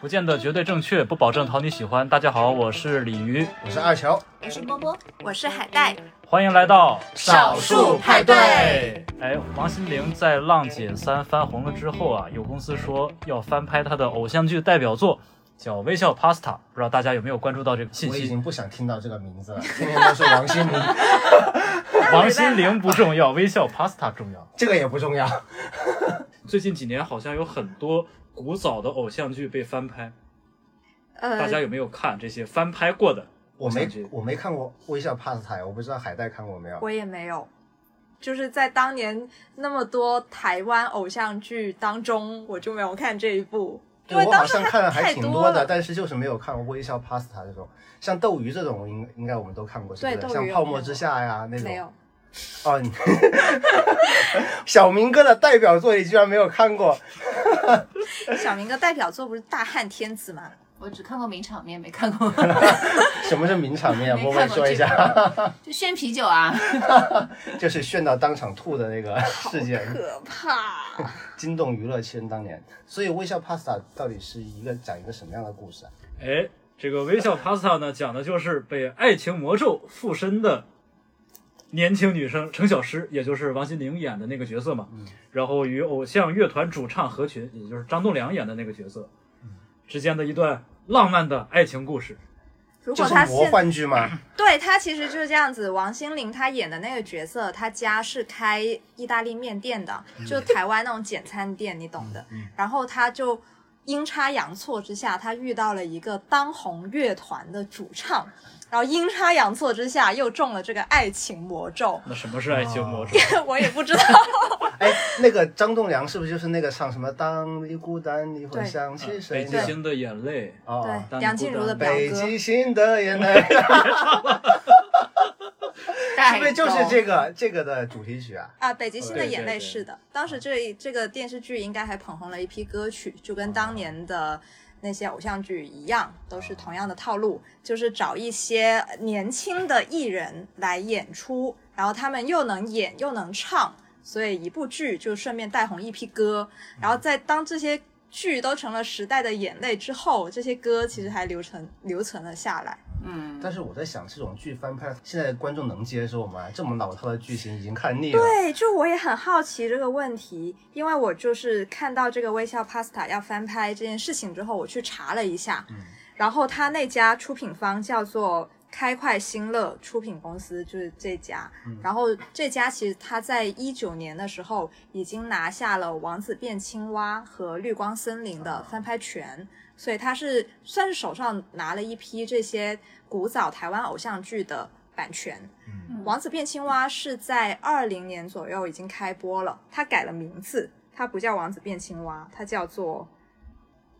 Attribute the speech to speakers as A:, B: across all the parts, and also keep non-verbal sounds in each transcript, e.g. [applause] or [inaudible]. A: 不见得绝对正确，不保证讨你喜欢。大家好，我是鲤鱼，
B: 我是二乔，
C: 我是波波，
D: 我是海带，
A: 欢迎来到
B: 少数派对。
A: 哎，王心凌在《浪姐三》翻红了之后啊，有公司说要翻拍她的偶像剧代表作，叫《微笑 Pasta》，不知道大家有没有关注到这个信
B: 我已
A: 息？
B: 经不想听到这个名字了，天天都是王
D: [laughs]
B: 心凌，
A: 王心凌不重要，微笑 Pasta 重要。
B: 这个也不重要。
A: 最近几年好像有很多古早的偶像剧被翻拍，嗯大家
D: 呃，
A: 有没有看这些翻拍过的？
B: 我
A: 想
B: 没
A: 去
B: 我没看过《微笑 Pasta》，我不知道海带看过没有。
D: 我也没有。就是在当年那么多台湾偶像剧当中，我就没有看这一部，因为
B: 我好
D: 当时
B: 像看了还
D: 太
B: 挺
D: 多
B: 的，
D: 了。
B: 但是就是没有看过《微笑 Pasta》这种，像斗鱼这种，应应该我们都看过，是
D: 对
B: 不是？
D: 斗
B: 像
D: 鱼我
B: 泡
D: 看
B: 沫
D: 过
B: 之夏呀那种。
D: 没有，
B: 哦，你 [laughs] 小明哥的代表作你居然没有看过，
D: 小明哥代表作不是《大汉天子》吗？
C: 我只看过名场面，没看过 [laughs]
B: 什么是名场面啊？
C: 没
B: 波波
C: 看过
B: 说一
C: 这
B: 下，
C: 就炫啤酒啊，
B: 就是炫到当场吐的那个事件。
D: 可
B: [laughs]
D: 怕！
B: 惊动娱乐圈当年。所以《微笑 Pasta》到底是一个讲一个什么样的故事啊？
A: 哎，这个微笑 Pasta 呢，讲的就是被爱情魔咒附身的年轻女生程小诗，也就是王心凌演的那个角色嘛，然后与偶像乐团主唱何群，也就是张栋梁演的那个角色之间的一段浪漫的爱情故事。
D: 如
B: 就
D: 果
B: 是
D: 他
B: 魔
D: 现
B: 幻剧吗？ [laughs]
D: 对他其实就是这样子，王心凌她演的那个角色，她家是开意大利面店的，就
B: 嗯
D: 台湾那种简餐店，你懂的。然后她就阴差阳错之下，她遇到了一个当红乐团的主唱，然后阴差阳错之下又中了这个爱情魔咒。 [laughs]
A: 那什么是爱情魔咒？
C: [laughs]
D: 我也不知道，
B: 哎，那个张栋梁是不是就是那个唱什么“当你孤单，你会
D: 对
B: 想起谁
A: 北
B: 呢”？
A: 极星的眼泪，
B: 哦，
D: 对，梁静茹的表
B: 北
D: 哥，
B: 极星的眼 [laughs]
D: [laughs]
B: 泪，是
C: 是
B: 不是就是这个这个的主题曲啊？
D: 啊，《北极星的
A: 哦对
D: 眼
A: 对嗯
D: 泪》
A: 对
D: 是的，当时这这个电视剧应该还捧红了一批歌曲，就跟
A: 哦
D: 当年的那些偶像剧一样，都是同样的套路，就是找一些年轻的艺人来演出，然后他们又能演又能唱，所以一部剧就顺便带红一批歌，
A: 嗯
D: 然后在当这些。剧都成了时代的眼泪之后，这些歌其实还留存留存了下来。
C: 嗯，
B: 但是我在想，这种剧翻拍，现在观众能接受吗？这么老套的剧情已经看腻了。
D: 对，就我也很好奇这个问题，因为我就是看到这个微笑 Pasta 要翻拍这件事情之后，我去查了一下，然后他那家出品方叫做开快新乐出品公司，就是这家。然后这家其实他在一九年的时候已经拿下了《王子变青蛙》和《绿光森林》的翻拍权，所以他是算是手上拿了一批这些古早台湾偶像剧的版权。
C: 嗯
D: 《王子变青蛙》是在二零年左右已经开播了，它改了名字，它不叫《王子变青蛙》，它叫做《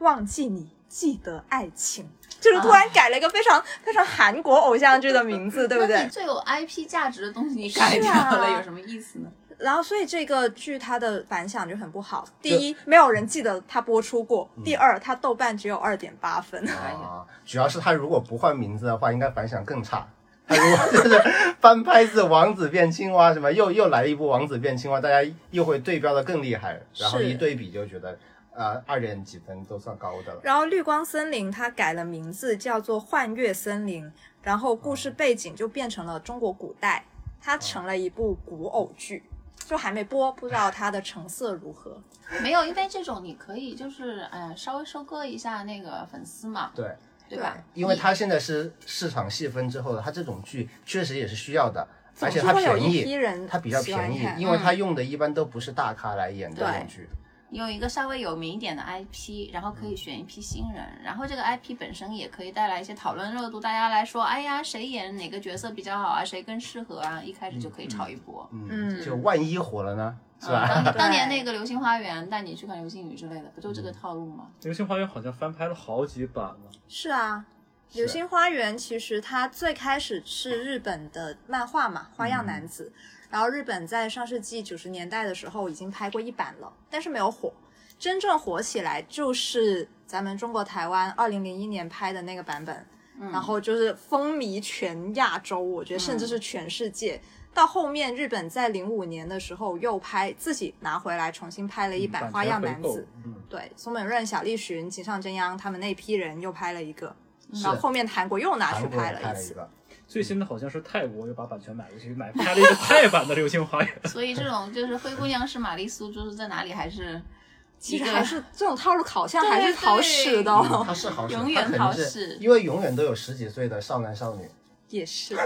D: 忘记你，记得爱情》，就是突
C: 啊
D: 然改了一个非常、非常韩国偶像剧的名字，
C: [laughs]
D: 对不
C: 那
D: 对
C: 你？最有 IP 价值的东西你改掉
D: 是
C: 了，
D: 啊
C: 有什么意思呢？
D: 然后，所以这个剧它的反响就很不好。第一，没有人记得它播出过；第二，它豆瓣只有二点八分。
B: 啊，主要是他如果不换名字的话，应该反响更差。他如果就是翻拍自《王子变青蛙》什么，又又来一部《王子变青蛙》，大家又会对标的更厉害，然后
D: 是
B: 一对比就觉得，呃，二点几分都算高的了。
D: 然后绿光森林它改了名字，叫做幻月森林，然后故事背景就变成了中国古代，它成了一部古偶剧，就还没播，不知道它的成色如何。
C: 没有，因为这种你可以就是呃稍微收割一下那个粉丝嘛，
B: 对，
C: 对吧？
B: 因为他现在是市场细分之后，他这种剧确实也是需要的，而
D: 总
B: 且
D: 是
B: 它
D: 会有
B: 便
D: 一批
B: 宜，
D: 人
B: 它比较
D: 喜欢
B: 便宜，
D: 看嗯
B: 因为他用的一般都不是大咖来演的
C: 对
B: 那种剧。
C: 你有一个稍微有名一点的 IP，然后可以选一批新人，然后这个 IP 本身也可以带来一些讨论热度，大家来说，哎呀，谁演哪个角色比较好啊，谁更适合啊，一开始就可以炒一波。
B: 嗯，
D: 嗯
B: 就万一火了呢，是吧？
C: 当当 [laughs] 年
D: 对
C: 那个《流星花园》带你去看流星雨之类的，不就这个套路吗？。
A: 流星花园好像翻拍了好几版了。
D: 是啊，《流星花园》其实它最开始是日本的漫画嘛，《花样男子》然后日本在上世纪九十年代的时候已经拍过一版了，但是没有火。真正火起来就是咱们中国台湾二零零一年拍的嗯那个版本，然后就是风靡全亚洲，我觉得甚至是全世界。到后面日本在零五年的时候又拍自己拿回来重新拍了一版《花样男子》，
A: 嗯，
D: 对，松本润、小栗旬、井上真央他们那批人又拍了一个，
B: 是
D: 然后后面韩国又拿
B: 韩
D: 去
B: 国
D: 拍
B: 人
D: 了
B: 拍
D: 一
B: 了一
D: 次。
B: 个，
A: 最新的好像是泰国又把版权买回去，买拍了一个泰版的《流星花园》[laughs]
C: 所以这种就是灰姑娘是玛丽苏，就是在哪里还是
D: 其
C: 一
D: 实
C: 个
D: 还是这种套路好像还是好使的、
B: 嗯
D: 哦，
B: 他是好使，
C: 永远
B: 他肯
C: 好
B: 定
C: 使
B: 是，因为永远都有十几岁的少男少女，
D: [laughs] 也是。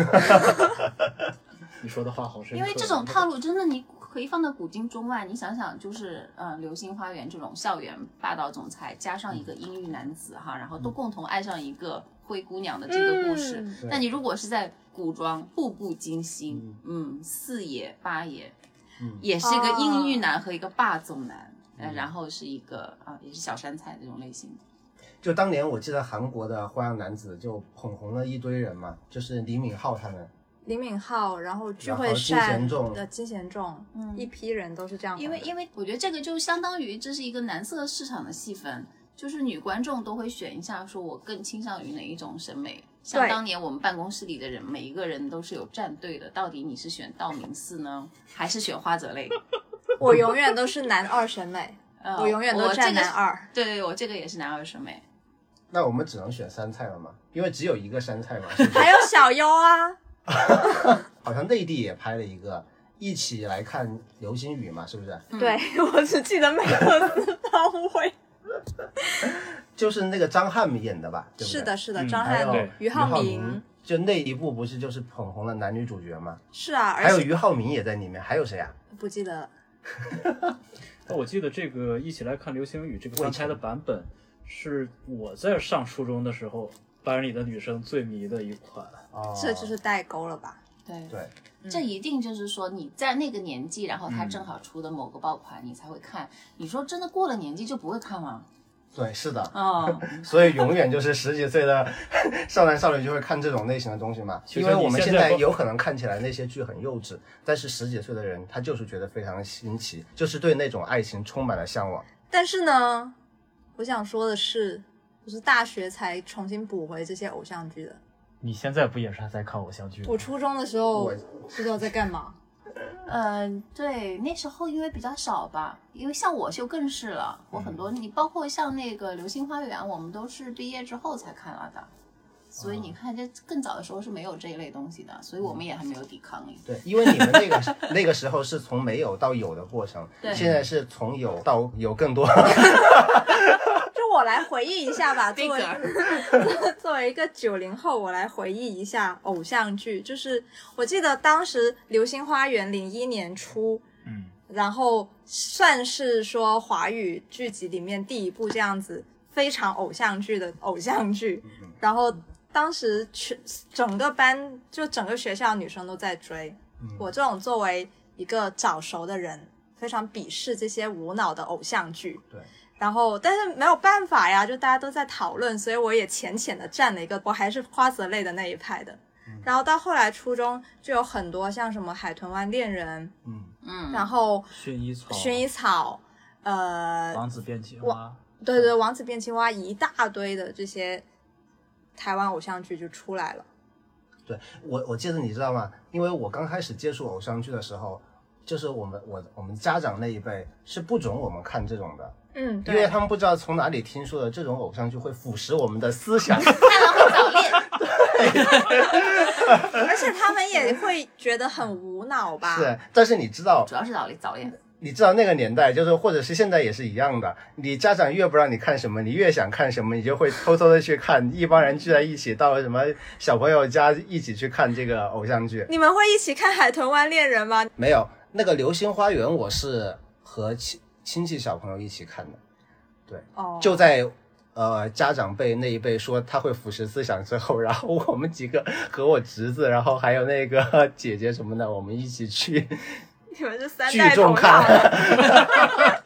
A: 你说的话好深刻。啊
C: 因为这种套路真的你可以放到古今中外，你想想就是呃《流星花园》这种校园霸道总裁加上一个阴郁男子哈，然后都共同爱上一个灰姑娘的这个故事。
D: 嗯
B: 对
C: 那你如果是在古装，步步惊心，嗯，四爷八爷，
B: 嗯
C: 也是一个
D: 哦
C: 阴郁男和一个霸总男，呃然后是一个啊也是小山菜这种类型的。
B: 就当年我记得韩国的《花样男子》就捧红了一堆人嘛，就是李敏镐他们，
D: 李敏镐，然后具
B: 然后
D: 惠
B: 金
D: 善
B: 贤重
D: 的金贤重，
C: 嗯
D: 一批人都是这样玩的。
C: 因为因为我觉得这个就相当于这是一个男色市场的细分，就是女观众都会选一下，说我更倾向于哪一种审美。像
D: 对
C: 当年我们办公室里的人，每一个人都是有站队的，到底你是选道明寺呢，还是选花泽类？
D: 我永远都是男二审美，
C: 呃，
D: 我永远都
C: 这
D: 站
C: 个
D: 男二。
C: 对对，我这个也是男二审美。
B: 那我们只能选山菜了嘛，因为只有一个山菜嘛，是不是 [laughs]
D: 还有小优啊，
B: 好像内地也拍了一个，一起来看流星雨嘛，是不是？
C: 嗯
D: 对我只记得美克斯到 [laughs] 位。
B: 就是那个张翰演的吧？对不对
D: 是的，，是的，
A: 嗯
D: 张
B: 还有
A: 对
D: 翰、
B: 俞
D: 俞浩
B: 明
D: 明，，
B: 就那一部不是就是捧红了男女主角吗？
D: 是啊，
B: 还
D: 而
B: 有
D: 且
B: 俞浩明也在里面，还有谁啊？
D: 不记得了。
A: 那我记得这个一起来看流星雨这个翻拍的版本，是我在上初中的时候班里的女生最迷的一款。
B: 哦，
D: 这就是代沟了吧？
C: 对，
B: 对，
D: 嗯
C: 这一定就是说你在那个年纪，然后他正好出的某个爆款，你才会看。你说真的过了年纪就不会看了？
B: 对，是的，
D: [laughs]
C: 哦，
B: 所以永远就是十几岁的 [laughs] 少男少女就会看这种类型的东西嘛，
A: 其实
B: 因为我们
A: 你现
B: 现
A: 在
B: 在有可能看起来那些剧很幼稚，但是十几岁的人他就是觉得非常新奇，就是对那种爱情充满了向往。
D: 但是呢，我想说的是，我是大学才重新补回这些偶像剧的。
A: 你现在不也是还在看偶像剧
D: 我初中的时候
B: 我
D: 不知道在干嘛。
C: 嗯，对，那时候因为比较少吧，因为像我就更是了，我很
D: 嗯
C: 多、你包括像那个《流星花园》，我们都是毕业之后才看了的，所
D: 哦
C: 以你看这更早的时候是没有这一类东西的，所以我们
D: 嗯
C: 也还没有抵抗力。
B: 对，因为你们那个那个时候 [laughs] 是从没有到有的过程，
C: 对
B: 现在是从有到有
A: [laughs]
B: 更多。
D: 就我来回忆一下吧，作为
C: Bigger
D: [laughs] 作为一个九零后，我来回忆一下偶像剧。就是我记得当时《流星花园》零一年出，
A: 嗯，
D: 然后算是说华语剧集里面第一部这样子非常偶像剧的偶像剧。然后当时全整个班就整个学校女生都在追。
B: 嗯
D: 我这种作为一个早熟的人，非常鄙视这些无脑的偶像剧。
B: 对，
D: 然后，但是没有办法呀，就大家都在讨论，所以我也浅浅的占了一个，我还是花泽类的那一派的。然后到后来初中就有很多像什么《海豚湾恋人
B: 嗯，》，
C: 嗯，
D: 然后
A: 薰衣
B: 哦
A: 草、
D: 《薰衣草》，呃，
A: 王子变青蛙， [laughs]
D: 对对，《王子变青蛙》一大堆的这些台湾偶像剧就出来了。
B: 对我我记得你知道吗？因为我刚开始接触偶像剧的时候，就是我们我我们家长那一辈是不准我们看这种的，
D: 嗯，
B: 因为他们不知道从哪里听说的这种偶像剧会腐蚀我们的思想。
C: 看了会早恋，
D: 而且他们也会觉得很无脑吧？
B: [laughs] 是，但是你知道，
C: 主要是早恋早恋，
B: 你知道那个年代就是，或者是现在也是一样的。你家长越不让你看什么，你越想看什么，你就会偷偷的去看。一帮人聚在一起，到什么小朋友家一起去看这个偶像剧。
D: 你们会一起看《海豚湾恋人》吗？
B: 没有那个《流星花园》，我是和亲亲戚小朋友一起看的，
D: 哦，
B: 就在。呃，家长辈那一辈说他会腐蚀思想之后，然后我们几个和我侄子，然后还有那个 [laughs] 姐姐什么的，我们一起去
D: 你们是三
B: 聚
D: 代
B: 众
D: 同堂。
B: 看，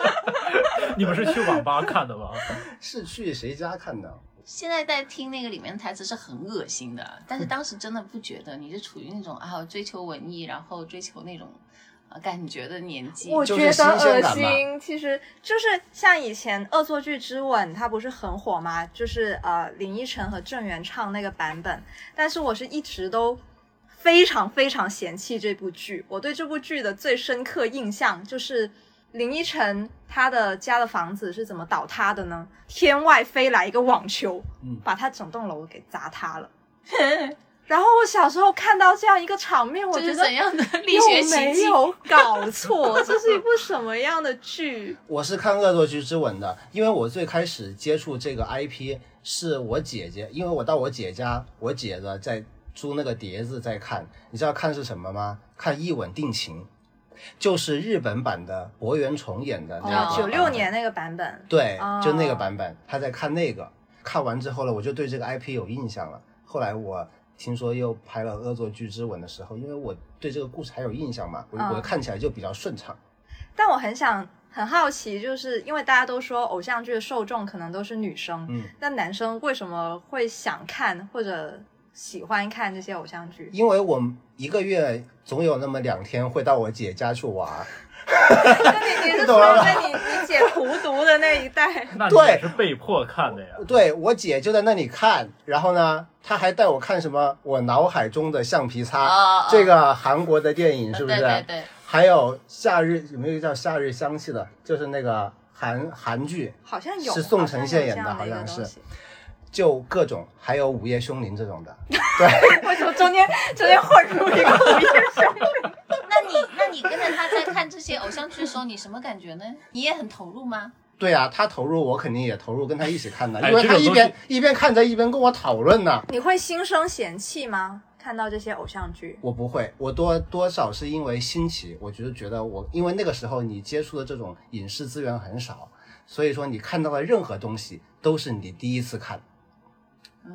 A: 你们是去网吧看的吧？
B: 是去谁家看的？
C: 现在在听那个里面的台词是很恶心的，但是当时真的不觉得，你是处于那种啊我追求文艺，然后追求那种啊感觉的年纪。 [laughs]
D: 我
B: 就
D: 觉
B: 是
D: 得
B: 新鲜
D: 恶
B: 感嘛
D: 心，其实就是像以前《恶作剧之吻》，它不是很火吗？就是呃，林依晨和郑元畅那个版本，但是我是一直都非常非常嫌弃这部剧。我对这部剧的最深刻印象就是林依晨她的家的房子是怎么倒塌的呢？天外飞来一个网球，
B: 嗯
D: 把她整栋楼给砸塌了。然后我小时候看到这样一个场面，我
C: 这
D: 觉
C: 是
D: 得
C: 怎样的力
D: 又
C: 学奇
D: 没
C: 迹？
D: 有 [laughs] 搞错，这是一部什么样的
B: [laughs]
D: 剧？
B: 我是看《恶作剧之吻》的，因为我最开始接触这个 IP 是我姐姐，因为我到我姐家，我姐的在租那个碟子在看。你知道看是什么吗？看《一吻定情》，就是日本版的柏原崇演的那个版
D: 哦，
B: 本。
D: 九六年那个版本，
B: 对
D: 哦，
B: 就那个版本，他在看那个，看完之后呢，我就对这个 IP 有印象了。后来我听说又拍了《恶作剧之吻》的时候，因为我对这个故事还有印象嘛，我、
D: 嗯
B: 我看起来就比较顺畅。
D: 但我很想很好奇，就是因为大家都说偶像剧的受众可能都是女生，
B: 嗯，
D: 那男生为什么会想看或者喜欢看这些偶像
B: [laughs]
D: 剧？
B: 因为我一个月总有那么两天会到我姐家去玩儿，
D: 那你你是
B: 懂
D: 说
B: 了
D: 被你你姐荼毒的那一代？
A: 那你也是被迫看的呀。
B: 对我姐就在那里看，然后呢，她还带我看什么我脑海中的橡皮擦，
C: 啊啊
B: 这个韩国的电影是不是？啊
C: 对对对，
B: 还有夏日有没有叫夏日香气的，就是那个韩韩剧，
D: 好像有，
B: 是宋承宪演的
D: 好
B: 好像是
D: 是。 [laughs]
B: 就各种，还有午夜凶铃这种的。
D: 为什么中间中间混入一个午夜凶铃？
C: 那你那你跟着他在看这些偶像剧的时候，你什么感觉呢？你也很投入吗？
B: 对啊，她投入，我肯定也投入，跟她一起看的，
A: 哎
B: 因为
A: 这
B: 她
A: 种
B: 一
A: 东
B: 边一边看着一边跟我讨论呢。
D: [laughs] 你会心生嫌弃吗？看到这些偶像剧，
B: 我不会，我多多少是因为新奇，我觉得觉得我因为那个时候你接触的这种影视资源很少，所以说你看到的任何东西都是你第一次看，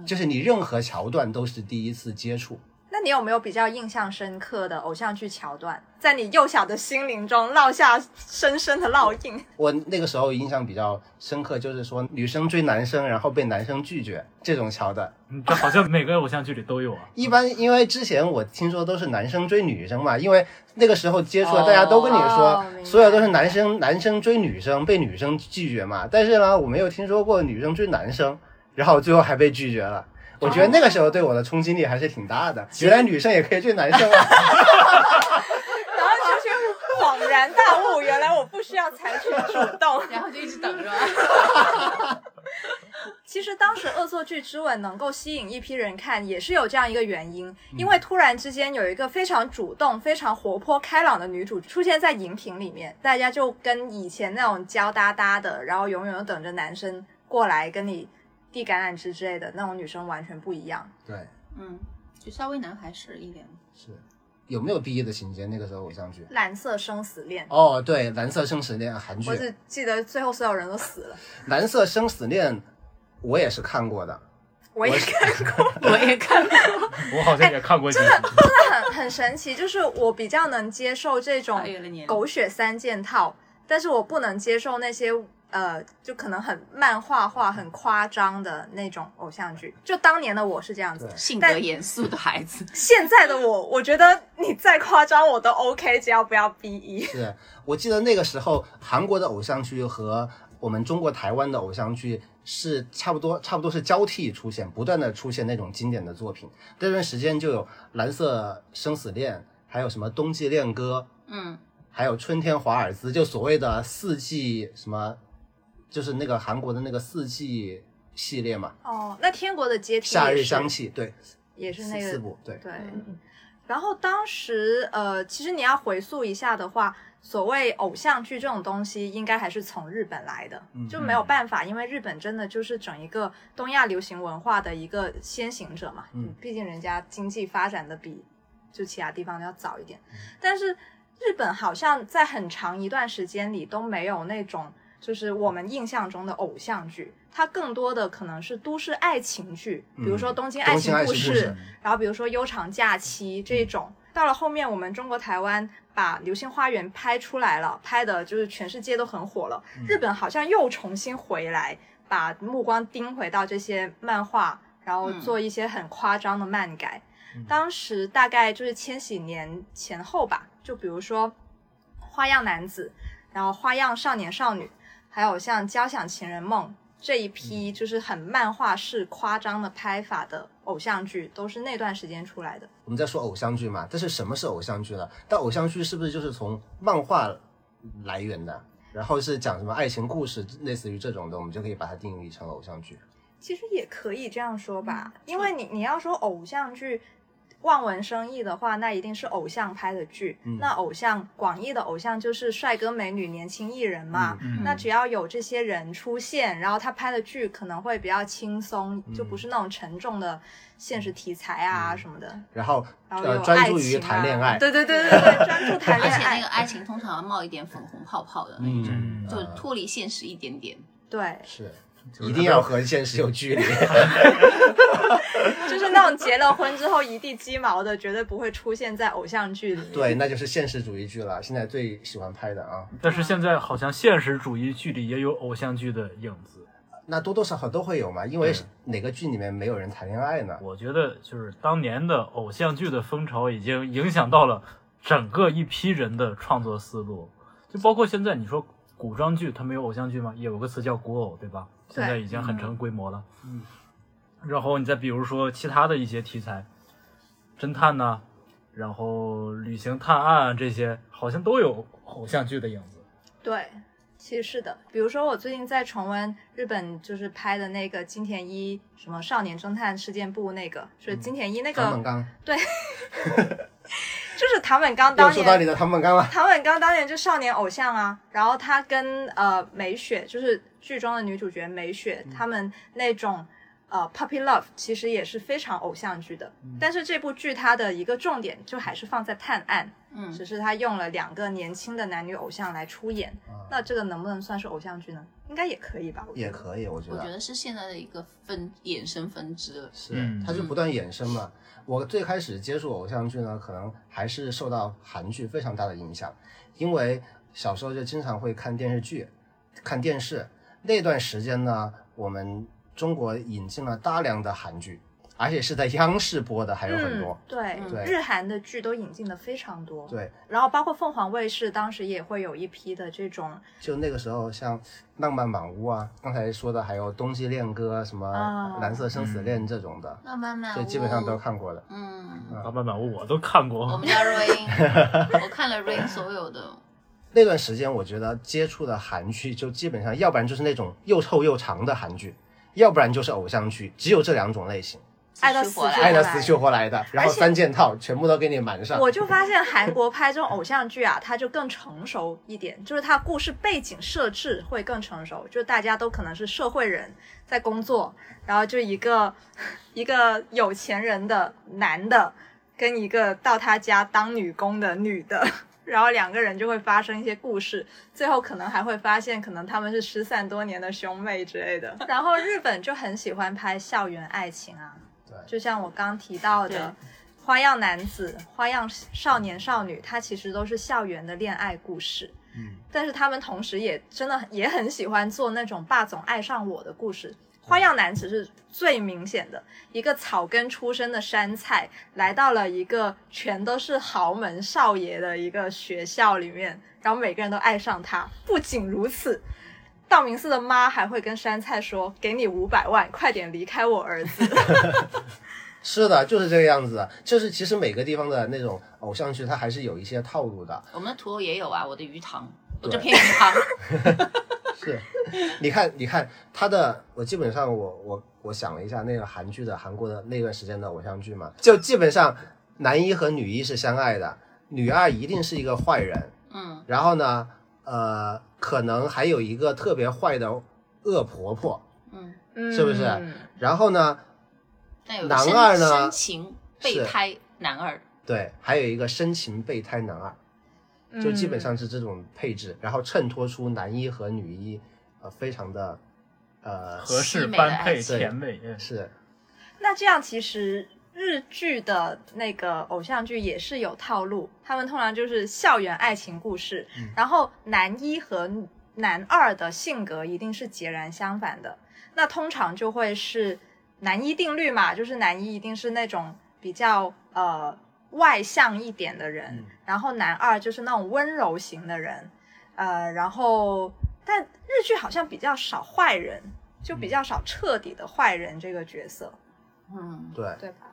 B: 就是你任何桥段都是第一次接触。
D: 那你有没有比较印象深刻的偶像剧桥段，在你幼小的心灵中烙下深深的烙印？
B: 我那个时候印象比较深刻，就是说女生追男生，然后被男生拒绝这种桥段。
A: 嗯这好像每个偶像剧里都有啊。
B: 一般因为之前我听说都是男生追女生嘛，因为那个时候接触的大家都跟你说，
D: 哦明白
B: 所有都是男生男生追女生被女生拒绝嘛。但是呢，我没有听说过女生追男生，然后最后还被拒绝了。我觉得那个时候对我的冲击力还是挺大
D: 哦
B: 的，原来女生也可以追男生啊！
D: [laughs] 然后就是恍然大悟，原来我不需要采取主动。
C: 然后就一直等着。
D: [laughs] 其实当时《恶作剧之吻》能够吸引一批人看，也是有这样一个原因，因为突然之间有一个非常主动、非常活泼、开朗的女主出现在荧屏里面，大家就跟以前那种娇哒哒的，然后永远都等着男生过来跟你递橄榄枝之类的那种女生完全不一样。
B: [laughs] 对，
C: 嗯，就稍微男孩式一点。
B: 是有没有毕业的情节？那个时候偶像剧
D: 蓝色生死恋，
B: 哦，对，《蓝色生死恋》韩剧，
D: 我只记得最后所有人都死
B: [laughs]
D: 了，
B: 《蓝色生死恋》我也是看过的，
D: 我也看过。
C: 我也看过，
D: 哎
A: 我好像也看过几集。
D: 很很神奇，就是我比较能接受这种
C: 越了年龄
D: 狗血三件套，但是我不能接受那些呃，就可能很漫画化、很夸张的那种偶像剧。就当年的我是这样子
B: 对，
C: 性格严肃的孩子。
D: 现在的我，我觉得你再夸张我都 OK，只要不要 E BE。
B: 是我记得那个时候韩国的偶像剧和我们中国台湾的偶像剧是差不多，差不多是交替出现，不断的出现那种经典的作品。这段时间就有《蓝色生死恋》，还有什么《冬季恋歌
C: 嗯》，
B: 还有《春天华尔兹》，就所谓的四季什么，就是那个韩国的那个四季系列嘛，
D: 哦，那《天国的阶
B: 《
D: 梯》
B: 夏
D: 也
B: 日
D: 是
B: 香气》对，
D: 也是
B: 四
D: 那
B: 四
D: 个
B: 部对。
D: [laughs] 对。
C: 嗯
D: 然后当时呃，其实你要回溯一下的话，所谓偶像剧这种东西，应该还是从日本来的，
B: 嗯
D: 就没有办法，因为日本真的就是整一个东亚流行文化的一个先行者嘛。
B: 嗯，
D: 毕竟人家经济发展的比就其他地方要早一点，
B: 嗯
D: 但是日本好像在很长一段时间里都没有那种。就是我们印象中的偶像剧，它更多的可能是都市爱情剧，比如说《
B: 嗯
D: 东京
B: 东
D: 爱情
B: 京爱
D: 故
B: 情
D: 事》
B: 故事嗯
D: 然后比如说悠长假期这一种。到了后面，我们中国台湾把《流星花园》拍出来了，拍的就是全世界都很火了。日本好像又重新回来，把目光盯回到这些漫画，然后
C: 嗯
D: 做一些很夸张的漫改。
B: 嗯
D: 当时大概就是千禧年前后吧，就比如说《花样男子》，然后《花样少年少女》，还有像《交响情人梦》这一批就是很漫画式夸张的拍法的偶像剧，都是那段时间出来的。
B: 我们在说偶像剧嘛，但是什么是偶像剧了？但偶像剧是不是就是从漫画来源的？然后是讲什么爱情故事，类似于这种的，我们就可以把它定义成偶像剧。
D: 其实也可以这样说吧，因为你你要说偶像剧望文生义的话，那一定是偶像拍的剧。
B: 嗯
D: 那偶像广义的偶像就是帅哥美女、年轻艺人嘛。
A: 嗯
D: 那只要有这些人出现，然后他拍的剧可能会比较轻松，就不是那种沉重的现实题材啊什么的。
B: 然后
D: 然后
B: 呃，
D: 有
B: 专
D: 爱
B: 注于
D: 情啊
B: 谈恋爱，
D: 对对对对对，专注谈
C: 而
D: 恋
C: 且那
D: 爱
C: 个。爱情通常要冒一点粉红泡泡的那一种，
B: 嗯，
C: 就
B: 呃
C: 脱离现实一点点。
D: 对，
B: 是
A: 就是
B: 一定
A: 它
B: 要和现实有距离。 [laughs]
D: 就是那种结了婚之后一地鸡毛的，绝对不会出现在偶像剧里。
B: 对，那就是现实主义剧了，现在最喜欢拍的啊。
A: 但是现在好像现实主义剧里也有偶像剧的影子。
B: 那多多少少都会有嘛，因为
A: 对
D: 嗯
B: 哪个剧里面没有人谈恋爱呢？
A: 我觉得就是当年的偶像剧的风潮已经影响到了整个一批人的创作思路，就包括现在你说古装剧，它没有偶像剧吗？也有个词叫古偶，对吧？
D: 对
A: 现在已经很成规模了。嗯。然后你再比如说其他的一些题材，侦探呐、然后旅行探案啊这些，好像都有偶像剧的影子。
D: 对，其实是的。比如说，我最近在重温日本就是拍的那个金田一什么《少年侦探事件部》，那个是金田一那个，
B: 嗯唐本刚，
D: 就是唐本刚
B: 又
D: 当
B: 说到你
D: 年，
B: 的唐本刚了。
D: 唐本刚当年就少年偶像啊。然后他跟呃美雪，就是剧中的女主角美雪，
B: 嗯
D: 他们那种。呃，Puppy Love 其实也是非常偶像剧的，
B: 嗯
D: 但是这部剧它的一个重点就还是放在探案，
C: 嗯，
D: 只是他用了两个年轻的男女偶像来出演。
B: 啊
D: 那这个能不能算是偶像剧呢？应该也可以吧，我觉
B: 也
D: 得。
B: 可以，我觉
C: 我
B: 得
C: 觉得是现在的一个分衍生分支了。
B: 是
A: 嗯，
B: 它就不断衍生嘛。我最开始接触偶像剧呢，可能还是受到韩剧非常大的影响，因为小时候就经常会看电视剧，看电视那段时间呢，我们中国引进了大量的韩剧，而且是在央视播的，还有很多。
D: 嗯、对，
B: 对
D: 日韩的剧都引进的非常
A: 嗯
D: 多，
B: 对，
D: 然后包括凤凰卫视当时也会有一批的这种，
B: 就那个时候，像《浪漫满屋》啊，刚才说的，还有《冬季恋歌》、什么
D: 啊
B: 《蓝色生死恋》这种的，
C: 那
A: 嗯
C: 慢慢，
B: 这基本上都看过的。
C: 嗯，
A: 大半版我都看过。
C: 我
B: 哦
C: 们家
B: [laughs]
C: Rain，我看了 Rain 所有的，
B: 那段时间，我觉得接触的韩剧就基本上，要不然就是那种又臭又长的韩剧，要不然就是偶像剧，只有这两种类型，
D: 爱到
C: 死去
D: 死
C: 活
D: 去
C: 来
B: 爱
D: 活
B: 的
D: 来
B: 死去活来的，然后三件套全部都给你瞒上。
D: 我就发现韩国拍这种偶像剧啊，它就更成熟一点，就是它故事背景设置会更成熟，就是大家都可能是社会人在工作，然后就一个 [laughs] 一个有钱人的男的跟一个到他家当女工的女的。然后两个人就会发生一些故事，最后可能还会发现，可能他们是失散多年的兄妹之类的。然后日本就很喜欢拍校园爱情啊，
B: 对
D: 就像我刚提到
C: 对
D: 的，花样男子、花样少年少女，它其实都是校园的恋爱故事。
B: 嗯，
D: 但是他们同时也真的也很喜欢做那种霸总爱上我的故事。花样男子是最明显的，一个草根出身的山菜来到了一个全都是豪门少爷的一个学校里面，然后每个人都爱上他。不仅如此，道明寺的妈还会跟山菜说：“给你五百万，快点离开我儿子。”
B: 是的，就是这个样子。就是其实每个地方的那种偶像剧，它还是有一些套路的。
C: 我们的土偶也有啊，我的鱼塘，我
B: 对
C: 这片鱼塘，
B: 是，你看，你看他的，我基本上我我我想了一下，那个韩剧的韩国的那段时间的偶像剧嘛，就基本上男一和女一是相爱的，女二一定是一个坏人，
C: 嗯，
B: 然后呢，呃，可能还有一个特别坏的恶婆婆，是不是
D: 嗯
B: 然后呢，
C: 但有一个
B: 男
C: 深
B: 二呢
C: 深情备
B: 是
C: 胎男二，
B: 对，还有一个深情备胎男二，
D: 嗯
B: 就基本上是这种配置，然后衬托出男一和女一，呃，非常的，呃，
A: 合适般配
B: 凄美的爱情
A: 甜美，嗯
B: 是
D: 那这样其实日剧的那个偶像剧也是有套路，他们通常就是校园爱情故事，然后男一和男二的性格一定是截然相反的。那通常就会是男一定律嘛，就是男一一定是那种比较呃外向一点的人，然后男二就是那种温柔型的人，呃，然后但日剧好像比较少坏人，就比较少彻底的坏人这个角色，
C: 嗯，
E: 对，
D: 对吧？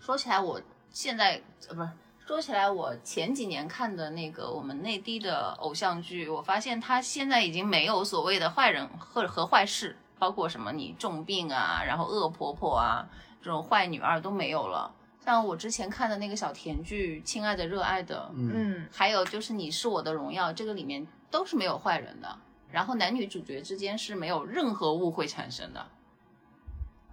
C: 说起来我现在呃不是。说起来，我前几年看的那个我们内地的偶像剧，我发现他现在已经没有所谓的坏人和和坏事，包括什么你重病啊，然后恶婆婆啊这种坏女二都没有了。像我之前看的那个小甜剧《亲爱的热爱的》，
E: 嗯，
D: 嗯，
C: 还有就是《你是我的荣耀》，这个里面都是没有坏人的，然后男女主角之间是没有任何误会产生的，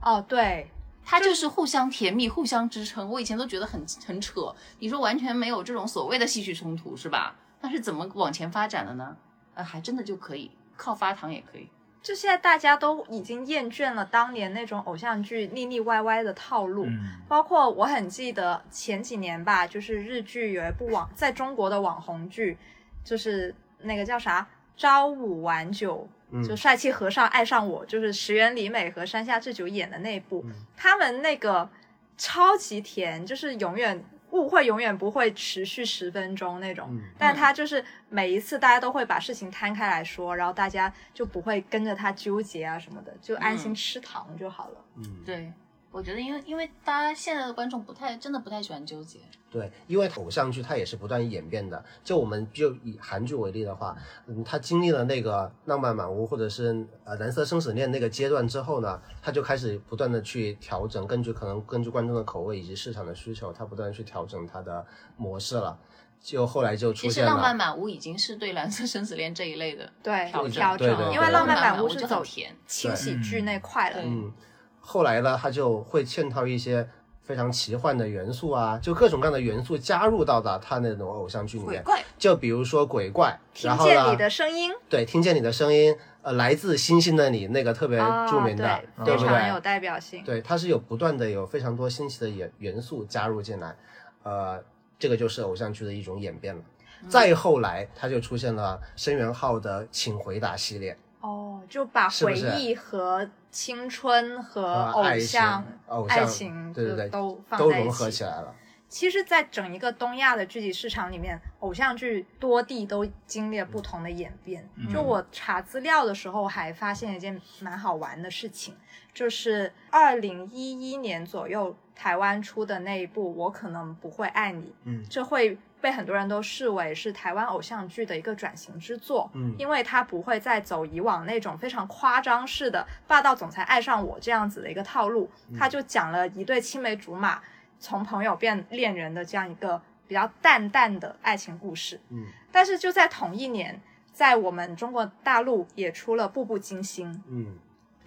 D: 哦，对，
C: 他就是互相甜蜜、互相支撑。我以前都觉得很很扯，你说完全没有这种所谓的戏剧冲突是吧？那是怎么往前发展的呢？呃，还真的就可以靠发糖也可以。
D: 就现在大家都已经厌倦了当年那种偶像剧腻腻歪歪的套路，
A: 嗯，
D: 包括我很记得前几年吧，就是日剧有一部网在中国的网红剧，就是那个叫啥《朝五晚九》，
E: 嗯
D: 就帅气和尚爱上我，就是石原里美和山下智久演的那一部，他们那个超级甜，就是永远误会永远不会持续十分钟那种，
E: 嗯
D: 但他就是每一次大家都会把事情摊开来说，然后大家就不会跟着他纠结啊什么的，就安心
C: 嗯
D: 吃糖就好了。
E: 嗯，
C: 对，我觉得因为因为大家现在的观众不太真的不太喜欢纠结。
B: 对，因为偶像剧它也是不断演变的。就我们就以韩剧为例的话，嗯，它经历了那个《浪漫满屋》或者是呃《蓝色生死恋》那个阶段之后呢，它就开始不断的去调整，根据可能根据观众的口味以及市场的需求，它不断地去调整它的模式了。就后来就出
C: 其实
B: 现
C: 《
B: 了
C: 浪漫满屋》已经是对蓝色生死恋这一类的
D: 对，
C: 调整
D: 调
B: 对对
D: 整，
B: 对
D: 因为《浪漫
C: 满
D: 满屋》是
C: 就很
D: 走
C: 甜，
D: 轻
B: 对
D: 喜剧那块了。
C: 嗯
B: 嗯，后来呢，它就会嵌套一些非常奇幻的元素啊，就各种各样的元素加入到的它那种偶像剧里
C: 鬼
B: 面。
C: 怪。
B: 就比如说鬼怪，
D: 听
B: 然后
D: 见
B: 呢
D: 你，的声音，
B: 对，听见你的声音，呃，来自星星的你，那个特别
D: 啊，
B: 著名的，
D: 对，
B: 对
D: 非
B: 不
D: 常有
B: 对？
D: 代表性。
B: 对，它是有不断的有非常多新奇的元元素加入进来，呃，这个就是偶像剧的一种演变了。
D: 嗯
B: 再后来，它就出现了申元浩的《请回答》系列
D: 哦，就把
B: 是不
D: 回
B: 是
D: 忆和青春和
B: 和
D: 哦偶
B: 啊爱情
D: 像、
B: 偶
D: 爱
B: 像
D: 情
B: 对对
D: 就
B: 对
D: 都放
B: 都
D: 在一
B: 融合
D: 起。
B: 起来了。
D: 其实，在整一个东亚的剧集市场里面，偶像剧多地都经历了不同的演变。就我查资料的时候，还发现一件蛮好玩的事情，就是二零一一年左右台湾出的那一部《我可能不会爱你》，
E: 嗯
D: 这会被很多人都视为是台湾偶像剧的一个转型之作。
E: 嗯
D: 因为它不会再走以往那种非常夸张式的霸道总裁爱上我这样子的一个套路，
E: 嗯
D: 它就讲了一对青梅竹马从朋友变恋人的这样一个比较淡淡的爱情故事。
E: 嗯，
D: 但是就在同一年，在我们中国大陆也出了《步步惊心
E: 嗯》，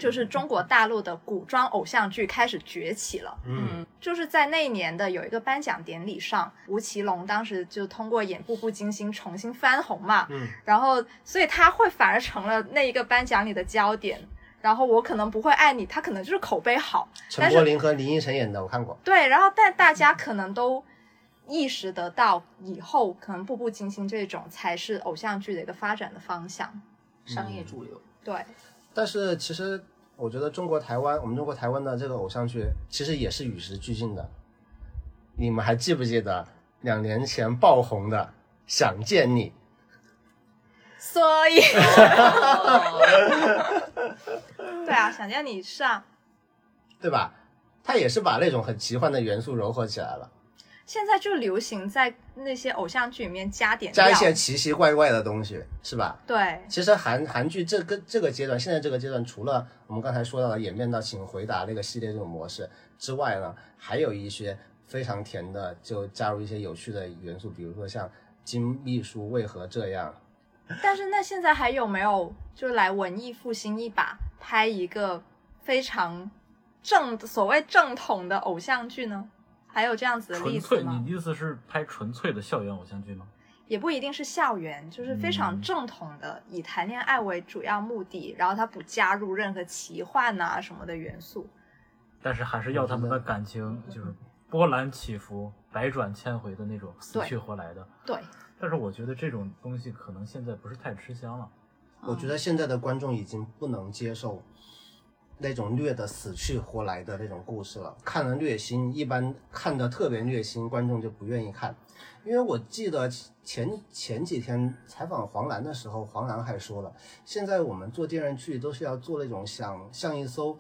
D: 就是中国大陆的古装偶像剧开始崛起了。
E: 嗯，
D: 就是在那一年的有一个颁奖典礼上，吴奇隆当时就通过演《步步惊心》重新翻红嘛，
E: 嗯，
D: 然后所以他会反而成了那一个颁奖里的焦点。然后我可能不会爱你，他可能就是口碑好，但
B: 陈
D: 是
B: 柏霖和林依晨演的，我看过。
D: 对。然后但大家可能都意识得到，以后可能《步步惊心》这种才是偶像剧的一个发展的方向。
C: 商业主流，
D: 对，
B: 但是其实我觉得中国台湾，我们中国台湾的这个偶像剧其实也是与时俱进的。你们还记不记得两年前爆红的《想见你》？
D: 所
B: [laughs]
D: 以
C: 哦
D: 对啊，想见你上。
B: 对吧？他也是把那种很奇幻的元素糅合起来了，
D: 现在就流行在那些偶像剧里面加点料
B: 加一些奇奇怪怪的东西，是吧？
D: 对，
B: 其实韩韩剧这个这个阶段，现在这个阶段，除了我们刚才说到的演变到《请回答》那个系列这种模式之外呢，还有一些非常甜的，就加入一些有趣的元素，比如说像金秘书为何这样，
D: 但是那现在还有没有就来文艺复兴一把，拍一个非常正所谓正统的偶像剧呢？还有这样子的例
A: 纯
D: 子
A: 粹，
D: 吗
A: 你？的意思是拍纯粹的校园偶像剧吗？
D: 也不一定是校园，就是非常正统的，以谈恋爱为主要目的，然后它不加入任何奇幻啊什么的元素。
A: 但是还是要他们的感情就是波澜起伏、百转千回的那种死去活来的。
D: 对，
A: 但是我觉得这种东西可能
C: 嗯
A: 现在不是太吃香了。
B: 我觉得现在的观众已经不能接受那种虐的死去活来的那种故事了。看了虐心，一般看的特别虐心，观众就不愿意看。因为我记得前前几天采访黄澜的时候，黄澜还说了，现在我们做电视剧都是要做那种像像一艘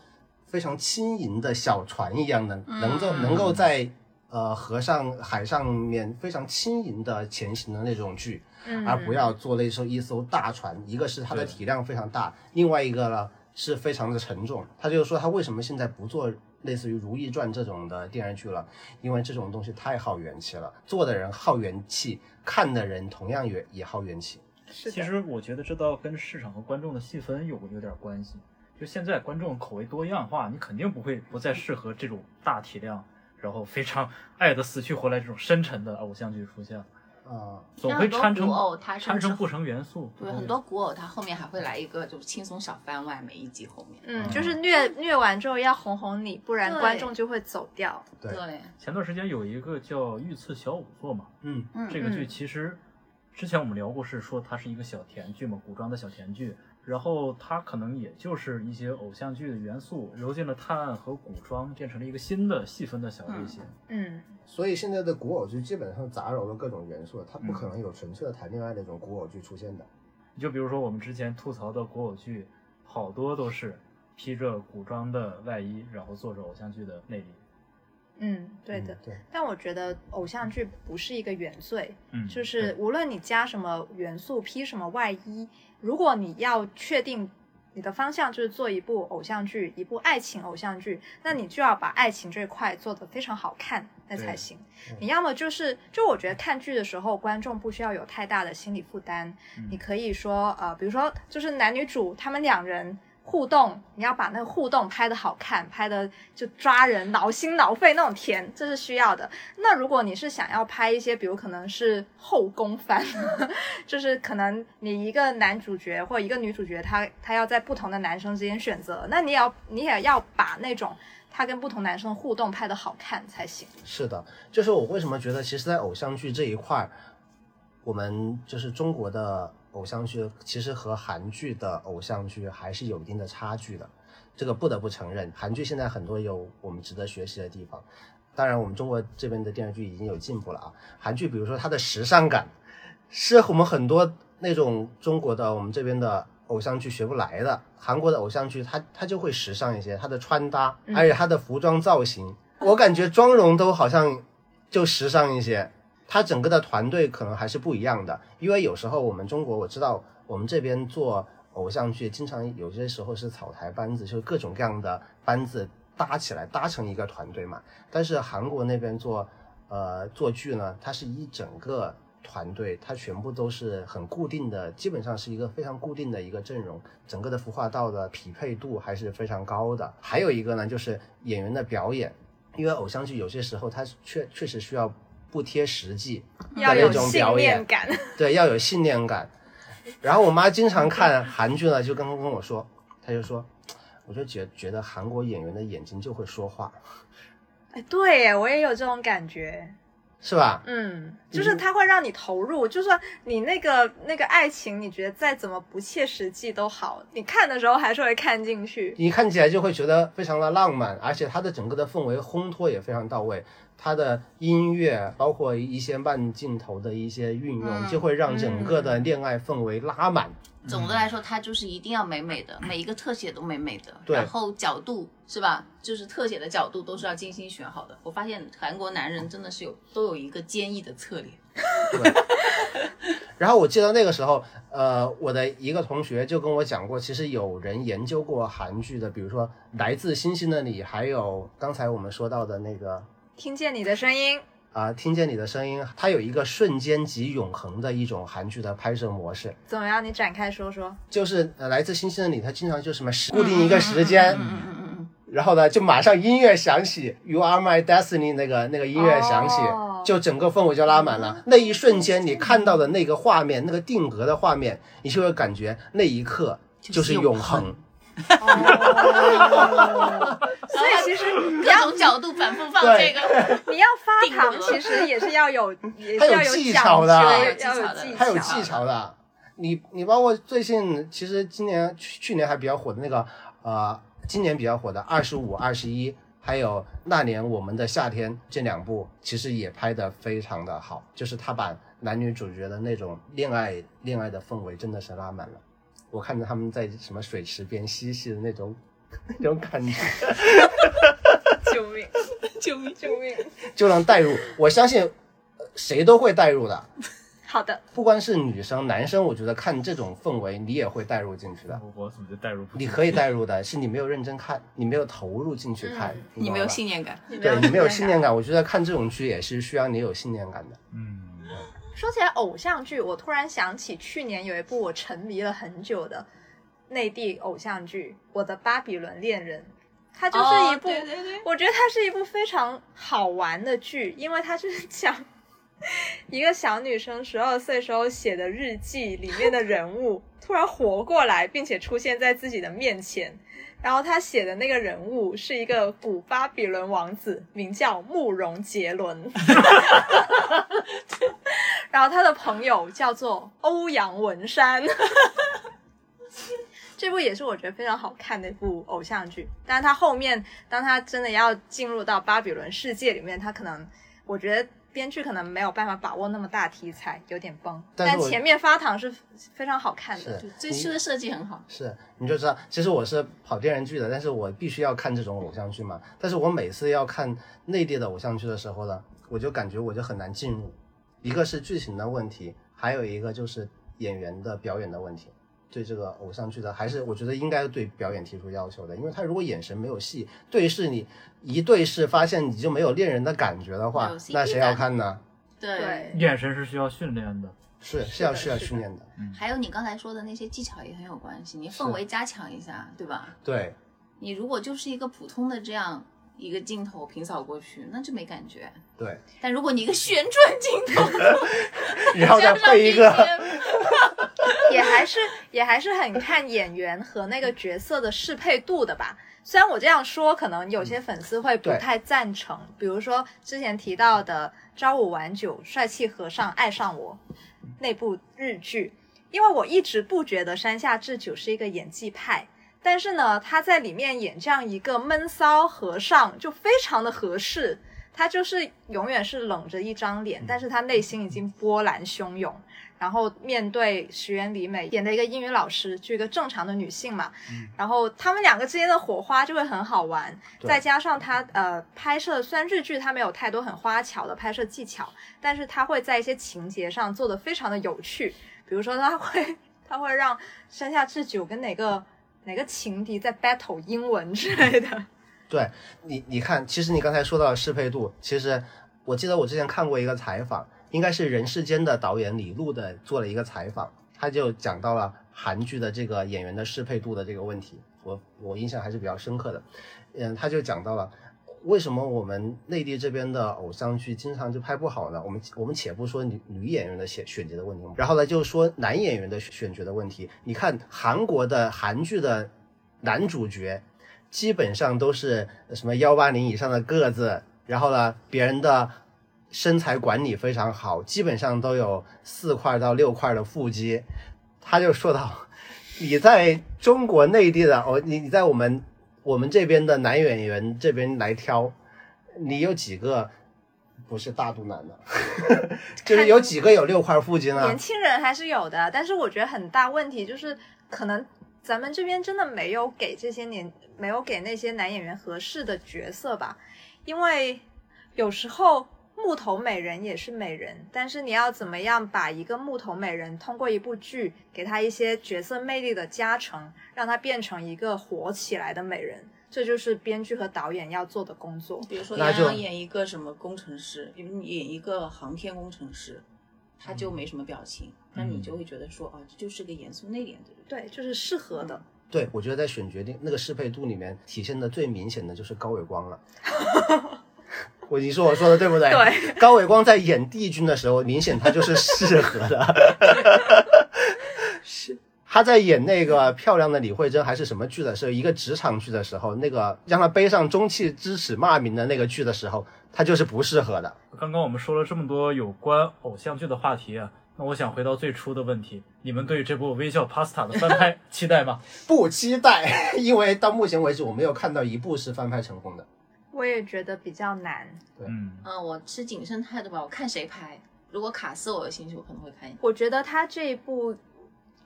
B: 非常轻盈的小船一样的，能够能够在呃河上海上面非常轻盈的前行的那种剧，
D: 嗯，
B: 而不要做那艘一艘大船。一个是它的体量非常大，另外一个呢是非常的沉重。他就说他为什么现在不做类似于《如懿传》这种的电视剧了，因为这种东西太耗元气了，做的人耗元气，看的人同样也也耗元气。
D: 是的
A: 其实我觉得这倒跟市场和观众的细分有有点关系。就现在观众口味多样化，你肯定不会不再适合这种大体量，然后非常爱的死去活来这种深沉的偶像剧出现，
B: 啊、
A: 总会掺
C: 像很多
A: 成
C: 古偶它甚
A: 掺
C: 至
A: 成不成元素。
C: 对，
B: 嗯
C: 很多古偶它后面还会来一个就轻松小番外，每一集后面。
D: 嗯，就是虐虐完之后要哄哄你，不然
C: 对
D: 观众就会走掉。
B: 对
C: 对，
A: 前段时间有一个叫《御赐小仵作》嘛，
B: 嗯，
C: 嗯，
A: 这个剧其实之前我们聊过，是说它是一个小甜剧嘛，古装的小甜剧。然后它可能也就是一些偶像剧的元素揉进了探案和古装，变成了一个新的细分的小类型。
D: 嗯，
B: 所以现在的古偶剧基本上杂糅了各种元素，它不可能有纯粹的谈恋爱那种古偶剧出现的。
A: 你就比如说我们之前吐槽的古偶剧，好多都是披着古装的外衣，然后做着偶像剧的内里。
D: 嗯，对的。
B: 嗯对，
D: 但我觉得偶像剧不是一个哎原罪，
A: 嗯，
D: 就是无论你加什么元素、披什么外衣，如果你要确定你的方向就是做一部偶像剧，一部爱情偶像剧，那
A: 嗯
D: 你就要把爱情这一块做得非常好看，那才行
B: 嗯。
D: 你要么就是，就我觉得看剧的时候，观众不需要有太大的心理负担，
A: 嗯
D: 你可以说呃，比如说就是男女主他们两人。互动，你要把那个互动拍的好看，拍的就抓人、挠心挠肺那种甜，这是需要的。那如果你是想要拍一些，比如可能是后宫番， [laughs] 就是可能你一个男主角或一个女主角他，他要在不同的男生之间选择，那你也要你也要把那种他跟不同男生互动拍的好看才行。
B: 是的，就是我为什么觉得，其实，在偶像剧这一块儿，我们就是中国的偶像剧，其实和韩剧的偶像剧还是有一定的差距的，这个不得不承认。韩剧现在很多有我们值得学习的地方，当然我们中国这边的电视剧已经有进步了啊。韩剧，比如说它的时尚感，是我们很多那种中国的我们这边的。偶像剧学不来的，韩国的偶像剧它它就会时尚一些，它的穿搭，
D: 嗯
B: 而且它的服装造型，我感觉妆容都好像就时尚一些，它整个的团队可能还是不一样的。因为有时候我们中国，我知道我们这边做偶像剧，经常有些时候是草台班子，就是各种各样的班子搭起来，搭成一个团队嘛。但是韩国那边做呃做剧呢，它是一整个团队，它全部都是很固定的，基本上是一个非常固定的一个阵容，整个的服化道的匹配度还是非常高的。还有一个呢，就是演员的表演，因为偶像剧有些时候它确确实需要不贴实际，
D: 要
B: 那
D: 有
B: 种
D: 信
B: 表演
D: 念感， [laughs]
B: 对，要有信念感。然后我妈经常看韩剧呢，就刚刚跟我说，她就说，我就觉觉得韩国演员的眼睛就会说话，
D: 哎，对耶，我也有这种感觉。
B: 是吧？
D: 嗯，就是它会让你投入，就算你那个那个爱情，你觉得再怎么不切实际都好，你看的时候还是会看进去。
B: 你看起来就会觉得非常的浪漫，而且它的整个的氛围烘托也非常到位，它的音乐包括一些慢镜头的一些运用，
C: 嗯
B: 就会让整个的恋爱氛围拉满。
C: 总的来说，它就是一定要美美的，每一个特写都美美的，
B: 对
C: 然后角度是吧？就是特写的角度都是要精心选好的。我发现韩国男人真的是有都有一个坚毅的策略，
B: 然后我记得那个时候，呃，我的一个同学就跟我讲过，其实有人研究过韩剧的，比如说《来自星星的你》，还有刚才我们说到的那个
D: 听见你的声音，
B: 啊、听见你的声音》，它有一个瞬间即永恒的一种韩剧的拍摄模式。
D: 怎么样？你展开说说。
B: 就是呃来自星星的你，它经常就什么时固定一个时间，
C: 嗯嗯嗯嗯
B: 然后呢，就马上音乐响起，《You Are My Destiny》那个那个音乐响起
D: 哦
B: 就整个氛围就拉满了。那一瞬间，你看到的那个画面，那个定格的画面，你就会感觉那一刻就是永恒。
D: 所以其实
C: 嗯，各种角度反复放这
B: 对
C: 个，
D: 你要发
C: 定
D: 糖，
C: 格
D: 其实也是要有，也
B: 它
D: 是
B: 有
D: 要
B: 技
D: 讲
B: 巧
D: 究，
B: 的
D: 要有
C: 对有技巧的
D: 技巧，
B: 它有技巧的。你你包括最近，其实今年去去年还比较火的那个呃今年比较火的《二十五》《二十一》，还有《那年我们的夏天》这两部，其实也拍得非常的好，就是他把男女主角的那种恋爱恋爱的氛围真的是拉满了。我看着他们在什么水池边嬉戏的那种 [laughs] 那种感觉，
D: 救命！救命！救命！
B: 就能代入。我相信呃谁都会代入的，
D: 好的，
B: 不光是女生，男生，我觉得看这种氛围你也会代入进去的。
F: 我我怎么就代入不
B: 你可以代入的，是你没有认真看，你没有投入进去看，
G: 嗯你
B: 懂
G: 没有
B: 吧
G: 信念
C: [laughs]
G: 感，
D: 你
B: 对你没有信
D: 信
B: 念
D: 念感。
B: 感，我觉得看这种剧也是需要你有信念感的。
F: 嗯，
D: 说起来偶像剧，我突然想起去年有一部我沉迷了很久的内地偶像剧《我的巴比伦恋人》，它就是一
G: 哦
D: 部
G: 对对对，
D: 我觉得它是一部非常好玩的剧，因为它就是讲 [laughs] 一个小女生十二岁时候写的日记里面的人物突然活过来，并且出现在自己的面前。然后她写的那个人物是一个古巴比伦王子，名叫慕容杰伦。然后他的朋友叫做欧阳文山。 [laughs] 这部也是我觉得非常好看的一部偶像剧，但是他后面当他真的要进入到巴比伦世界里面，他可能我觉得编剧可能没有办法把握那么大题材，有点崩。
B: 但是
D: 但
B: 我
D: 前面发糖是非常好看的，
B: 是
C: 这次的设计很好，
B: 是，你就知道，其实我是跑电视剧的，但是我必须要看这种偶像剧嘛。但是我每次要看内地的偶像剧的时候呢，我就感觉我就很难进入，一个是剧情的问题，还有一个就是演员的表演的问题。对这个偶像剧的，还是我觉得应该对表演提出要求的，因为他如果眼神没有戏，对视你一对视，发现你就没有恋人的感觉的
C: 没
B: 话
C: 有，戏
B: 那
C: 剧
B: 谁要
C: 感
B: 看
C: [laughs]
B: 呢？
C: 对，
A: 眼神是需要训练的。
B: 是
D: 是
B: 是要
D: 的
B: 是要
D: 是
B: 训
D: 的
B: 练的，
C: 还有你刚才说的那些技巧也很有关系，你氛围加强一下，对吧？
B: 对，
C: 你如果就是一个普通的这样一个镜头平扫过去，那就没感觉。 [laughs]
B: 对，
C: 但如果你一个旋转镜头，
B: [laughs] 然后再
C: 加上
B: 配一个，
C: BGM
D: 也还是也还是很看演员和那个角色的适配度的吧。虽然我这样说，可能有些粉丝会不
B: 对
D: 太赞成，比如说之前提到的《朝五晚九》《帅气和尚爱上我》那部日剧，因为我一直不觉得山下智久是一个演技派，但是呢，他在里面演这样一个闷骚和尚就非常的合适。他就是永远是冷着一张脸，但是他内心已经波澜汹涌。然后面对石原里美演的一个英语老师，就一个正常的女性嘛，然后他们两个之间的火花就会很好玩。
B: 对
D: 再加上他呃拍摄，虽然日剧它没有太多很花巧的拍摄技巧，但是他会在一些情节上做的非常的有趣。比如说他会他会让山下智久跟哪个哪个情敌在 battle 英文之类的。
B: 对你，你看，其实你刚才说到的适配度，其实我记得我之前看过一个采访，应该是《人世间》的导演李路的做了一个采访，他就讲到了韩剧的这个演员的适配度的这个问题，我我印象还是比较深刻的。嗯，他就讲到了。为什么我们内地这边的偶像剧经常就拍不好呢？我们我们且不说女女演员的选选角的问题，然后呢，就说男演员的选角的问题。你看韩国的韩剧的男主角，基本上都是什么幺八零以上的个子，然后呢，别人的身材管理非常好，基本上都有四块到六块的腹肌。他就说到， [laughs] 你在中国内地的哦，你你在我们我们这边的男演员这边来挑，你有几个不是大肚腩的？ [laughs] 就是有几个有六块腹肌呢？
D: 年轻人还是有的，但是我觉得很大问题就是，可能咱们这边真的没有给这些年没有给那些男演员合适的角色吧，因为有时候木头美人也是美人，但是你要怎么样把一个木头美人通过一部剧给她一些角色魅力的加成，让她变成一个火起来的美人，这就是编剧和导演要做的工作。
G: 比如说
B: 那
G: 杨
B: 就
G: 洋演一个什么工程师，比如你演一个航天工程师，他
B: 嗯
G: 就没什么表情，那你就会觉得说啊，这就是个严肃内敛的人。
D: 对，就是适合的。
B: 对，我觉得在选角定那个适配度里面体现的最明显的就是高伟光了。我你说我说的对不对？
D: 对，
B: 高伟光在演帝君的时候，明显他就是适合的。 [laughs] 是他在演那个漂亮的李慧珍还是什么剧的时候，一个职场剧的时候，那个让他背上中气之耻骂名的那个剧的时候，他就是不适合的。
A: 刚刚我们说了这么多有关偶像剧的话题啊，那我想回到最初的问题，你们对这部《微笑 Pasta》的翻拍期待吗？
B: 不期待，因为到目前为止我没有看到一部是翻拍成功的。
D: 我也觉得比较难。
A: 嗯，
G: 嗯，我持谨慎态度吧，我看谁拍。如果卡斯我有兴趣，我可能会看一下。
D: 我觉得他这一部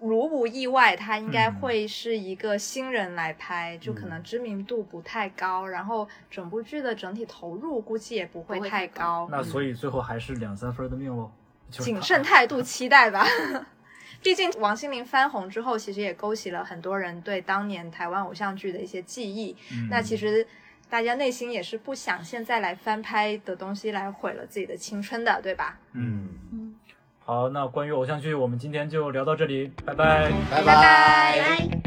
D: 如无意外，他
A: 嗯
D: 应该会是一个新人来拍，就可能知名度不太高，然后整部剧的整体投入估计也不会
C: 不会
D: 太
C: 太
D: 高。嗯
A: 那所以最后还是两三分的命喽。就是
D: 谨
A: 它
D: 慎态
A: [laughs]
D: 度，期待吧。 [laughs] 毕竟王心凌翻红之后，其实也勾起了很多人对当年台湾偶像剧的一些记忆。
A: 嗯
D: 那其实大家内心也是不想现在来翻拍的东西来毁了自己的青春的，对吧？
A: 嗯
C: 嗯
A: 好，那关于偶像剧，我们今天就聊到这里，拜拜。
B: 拜
D: 拜拜
B: 拜
C: 拜。